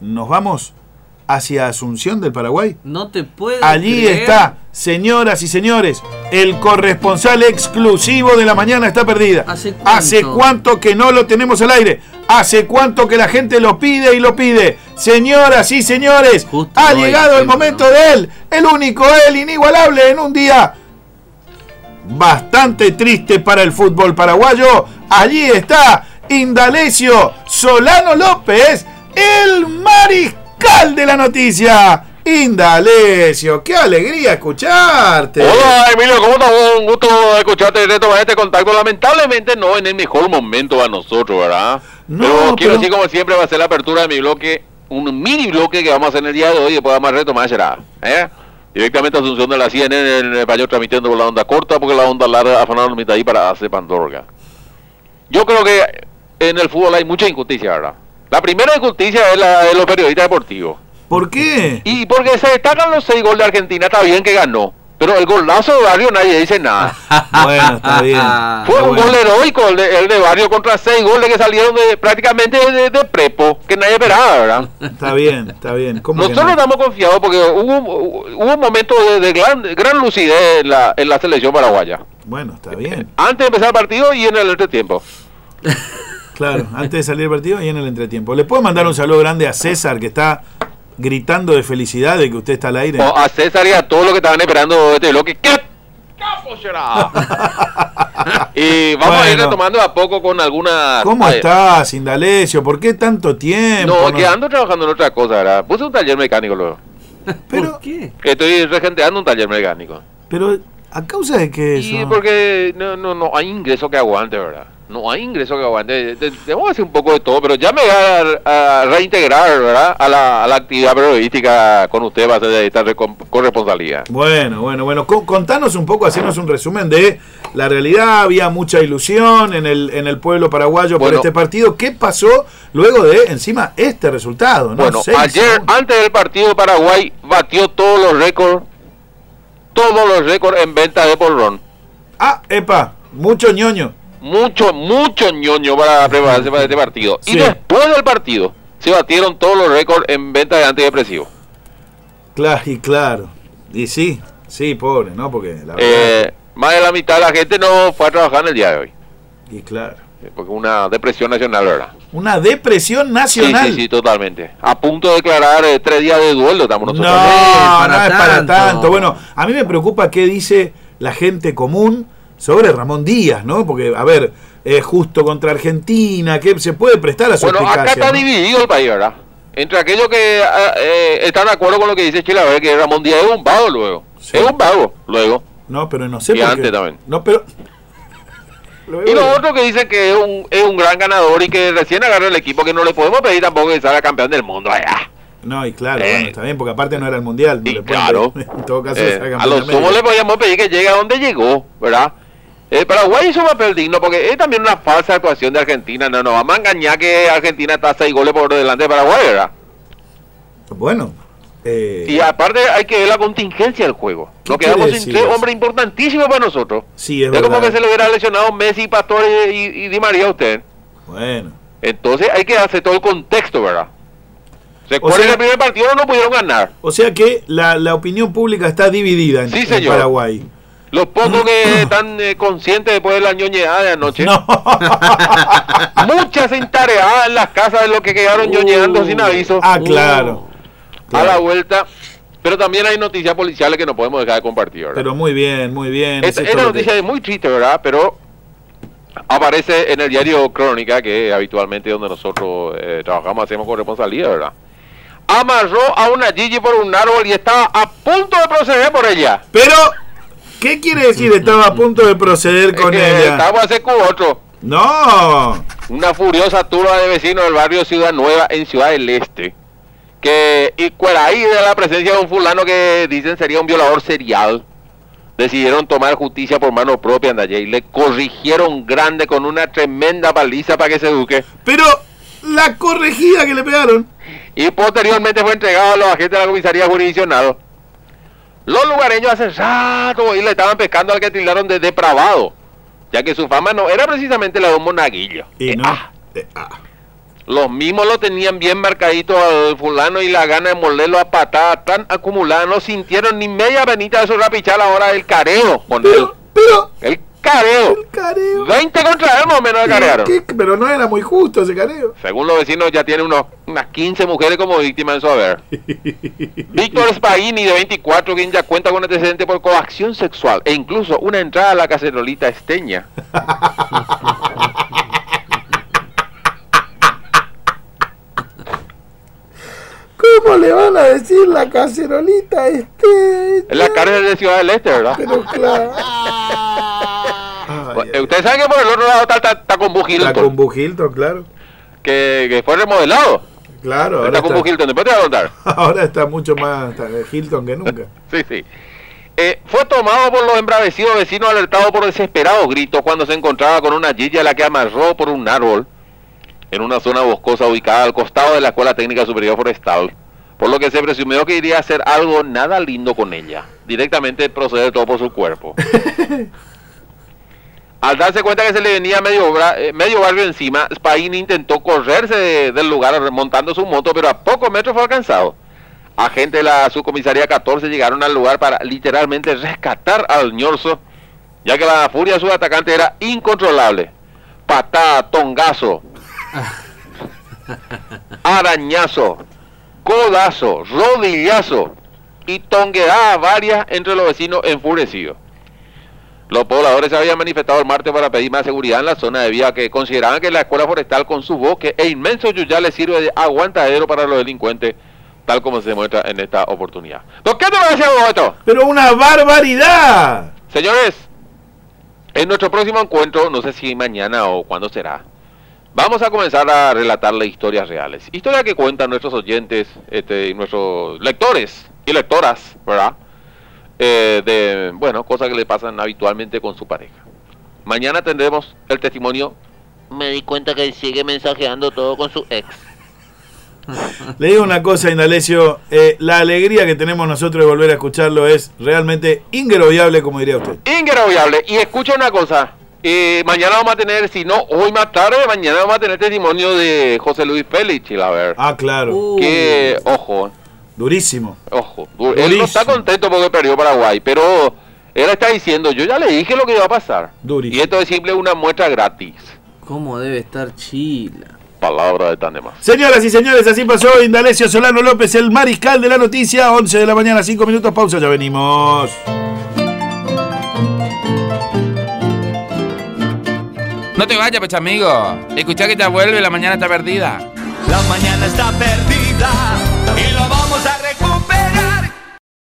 nos vamos hacia Asunción del Paraguay. No te puedo. Allí creer. está, señoras y señores, el corresponsal exclusivo de la mañana está perdida. ¿Hace cuánto? Hace cuánto que no lo tenemos al aire. Hace cuánto que la gente lo pide y lo pide. Señoras y señores, Justo ha hoy, llegado el siempre, momento ¿no? de él, el único, el inigualable en un día. Bastante triste para el fútbol paraguayo. Allí está Indalecio Solano López, el mariscal de la noticia. Indalecio, qué alegría escucharte. Hola Emilio, ¿cómo estás? Un gusto escucharte de tomar este contacto. Lamentablemente no en el mejor momento a nosotros, ¿verdad? No, pero quiero pero- decir como siempre va a ser la apertura de mi bloque, un mini bloque que vamos a hacer en el día de hoy y después vamos a retomar será. ¿eh? Directamente a Asunción de la CNN en español transmitiendo por la onda corta porque la onda larga afanaron mitad ahí para hacer Pandorga. Yo creo que en el fútbol hay mucha injusticia, ¿verdad? La primera injusticia es la de los periodistas deportivos. ¿Por qué? Y porque se destacan los seis goles de Argentina, está bien que ganó. Pero el golazo de Barrio nadie dice nada. Bueno, está bien. Fue Pero un Ah, bueno. gol heroico el de, el de Barrio contra seis goles que salieron de, prácticamente de, de prepo, que nadie esperaba, ¿verdad? Está bien, está bien. ¿Cómo que Nosotros no? estamos confiados porque hubo, hubo un momento de, de gran, gran lucidez en la, en la selección paraguaya. Bueno, está bien. Antes de empezar el partido y en el entretiempo. Claro, antes de salir del partido y en el entretiempo. ¿Le puedo mandar un saludo grande a César que está gritando de felicidad de que usted está al aire? O a César y a todos los que estaban esperando este bloque. ¡Qué capo será! y vamos a ir Bueno. retomando a poco con algunas... ¿Cómo eh, estás, Indalecio? ¿Por qué tanto tiempo? No, No- que ando trabajando en otra cosa, ¿verdad? Puse un taller mecánico luego. Pero, ¿Por qué? Estoy regenteando un taller mecánico. pero, ¿a causa de qué eso? Y porque no, no, no hay ingreso que aguante, ¿verdad? No hay ingreso que aguante. Te- Tenemos que hacer un poco de todo, pero ya me voy a, a reintegrar, ¿verdad? A la, a la actividad periodística con usted va a ser de esta recom- corresponsalía. Bueno, bueno, bueno. Co- Contanos un poco, hacernos un resumen de la realidad. Había mucha ilusión en el, en el pueblo paraguayo por Bueno. este partido. ¿Qué pasó luego de, encima, este resultado? ¿no? Bueno, Seis ayer, a uno. antes del partido, Paraguay batió todos los récords. Todos los récords en venta de porrón. Ah, epa, mucho ñoño. mucho, mucho ñoño para prepararse para este partido. Sí. Y después del partido se batieron todos los récords en venta de antidepresivos. Claro, y claro. Y sí, sí, pobre, ¿no? Porque la verdad. Eh, más de la mitad de la gente no fue a trabajar en el día de hoy. Y claro. eh, Porque una depresión nacional, ¿verdad? Una depresión Sí, nacional. sí, sí, totalmente. A punto de declarar eh, tres días de duelo, estamos No, nosotros. para no es para tanto. tanto. Bueno, a mí me preocupa qué dice la gente común sobre Ramón Díaz, ¿no? Porque, a ver, es justo contra Argentina, que se puede prestar a su Eh, Bueno, acá eficacia, está ¿no? dividido el país, ¿verdad? Entre aquellos que ah, eh, están de acuerdo con lo que dice Chile, a ver, que Ramón Díaz es un vago luego. Sí. Es un vago luego. No, pero no sé Y por antes qué. también. No, pero. Y los otros que dicen que es un, es un gran ganador y que recién agarró el equipo, que no le podemos pedir tampoco que salga campeón del mundo allá. No, y claro, Eh. bueno, está bien, porque aparte no era el mundial. no Y le pueden- claro, En todo caso, eh, será campeón a de los América. sumos le podíamos pedir que llegue a donde llegó, ¿verdad? Eh, Paraguay hizo un papel digno porque es también una falsa actuación de Argentina. No nos vamos a engañar que Argentina está seis goles por delante de Paraguay, ¿verdad? Bueno. eh, Y aparte hay que ver la contingencia del juego. ¿Qué Nos quiere quedamos sin decir tres eso? hombres importantísimos para nosotros. Sí, es es como verdad. que se le hubiera lesionado Messi, Pastor y, y Di María a usted. Bueno. Entonces hay que hacer todo el contexto, ¿verdad? Se O sea- el primer partido no pudieron ganar. O sea que la, la opinión pública está dividida en, Sí, en señor. Paraguay. Los pocos que están eh, conscientes después de la ñoñeada de anoche. No. Muchas entareadas en las casas de los que quedaron ñoñeando sin aviso ah, claro. a la Uh, claro. vuelta. Pero también hay noticias policiales que no podemos dejar de compartir, ¿verdad? Pero muy bien, muy bien. Esta, Es esto esta lo que- noticia es muy triste, ¿verdad? Pero aparece en el diario Crónica, que es habitualmente donde nosotros eh, trabajamos, hacemos corresponsalía, ¿verdad? Amarró a una Gigi por un árbol y estaba a punto de proceder por ella. Pero, ¿qué quiere decir? Estaba a punto de proceder con Es que ella. Estaba hace cu- otro. No. Una furiosa turba de vecinos del barrio Ciudad Nueva en Ciudad del Este. Que, y cuera ahí de la presencia de un fulano que dicen sería un violador serial. Decidieron tomar justicia por mano propia, Andaya, y le corrigieron grande con una tremenda paliza para que se eduque. Pero, la corregida que le pegaron. Y posteriormente fue entregado a los agentes de la comisaría jurisdiccional. Los lugareños hace rato y le estaban pescando al que tildaron de depravado, ya que su fama no era precisamente la de un monaguillo. Y Eh, no. ah, eh, ah. Los mismos lo tenían bien marcadito al fulano y la gana de molerlo a patada tan acumulada, no sintieron ni media venita de su rapichal ahora el careo con él. Pero, pero, El careo. el careo. 20 contra él más o menos le cargaron. ¿Qué? Pero no era muy justo ese careo. Según los vecinos, ya tiene unos, unas 15 mujeres como víctimas en su haber. Víctor Spaini, de 24, quien ya cuenta con antecedente por coacción sexual e incluso una entrada a la cacerolita esteña. ¿Cómo le van a decir la cacerolita este? Es la cárcel de Ciudad del Este, ¿verdad? Pero claro. Bueno, eh, Ustedes saben que por el otro lado está, está, está con Bugil, Está con Bugilton, claro. que, que fue remodelado. Claro, ahora Está con está, Bugilton, después te voy a contar. ahora está mucho más está eh, Hilton que nunca. Sí, sí. Eh, fue tomado por los embravecidos vecinos alertados por desesperados gritos cuando se encontraba con una yilla a la que amarró por un árbol en una zona boscosa ubicada al costado de la Escuela Técnica Superior Forestal, por lo que se presumió que iría a hacer algo nada lindo con ella, directamente proceder todo por su cuerpo. Al darse cuenta que se le venía medio, bra- eh, medio barrio encima, Spain intentó correrse de- del lugar remontando su moto, pero a pocos metros fue alcanzado. Agentes de la subcomisaría 14 llegaron al lugar para literalmente rescatar al ñorzo, ya que la furia de su atacante era incontrolable. Patada, tongazo, arañazo, codazo, rodillazo y tongueadas varias entre los vecinos enfurecidos. Los pobladores se habían manifestado el martes para pedir más seguridad en la zona de vía que consideraban que la escuela forestal con su bosque e inmenso yuyal les sirve de aguantadero para los delincuentes, tal como se demuestra en esta oportunidad. ¿Por qué te parece a vos esto? Pero una barbaridad. Señores, en nuestro próximo encuentro, no sé si mañana o cuándo será, vamos a comenzar a relatarle historias reales. Historias que cuentan nuestros oyentes este, y nuestros lectores y lectoras, ¿verdad? Eh, de, bueno, cosas que le pasan habitualmente con su pareja. Mañana tendremos el testimonio. Me di cuenta que sigue mensajeando todo con su ex. Le digo una cosa, Indalecio, eh, la alegría que tenemos nosotros de volver a escucharlo es realmente ingroviable, como diría usted. Ingrobable. Y escucha una cosa. eh, mañana vamos a tener, si no, hoy más tarde, mañana vamos a tener testimonio de José Luis Félix, y la ver. Ah, claro, Uh, que, ojo, durísimo. Ojo, du- él no está Durísimo. contento porque perdió Paraguay, pero él está diciendo, yo ya le dije lo que iba a pasar. Durísimo. Y esto es simple una muestra gratis. ¿Cómo debe estar Chila? Palabra de tan demás. Señoras y señores, así pasó Indalecio Solano López, el mariscal de la noticia, 11 de la mañana, 5 minutos, pausa, ya venimos. No te vayas, pues amigo. Escucha que ya vuelve, la mañana está perdida. La mañana está perdida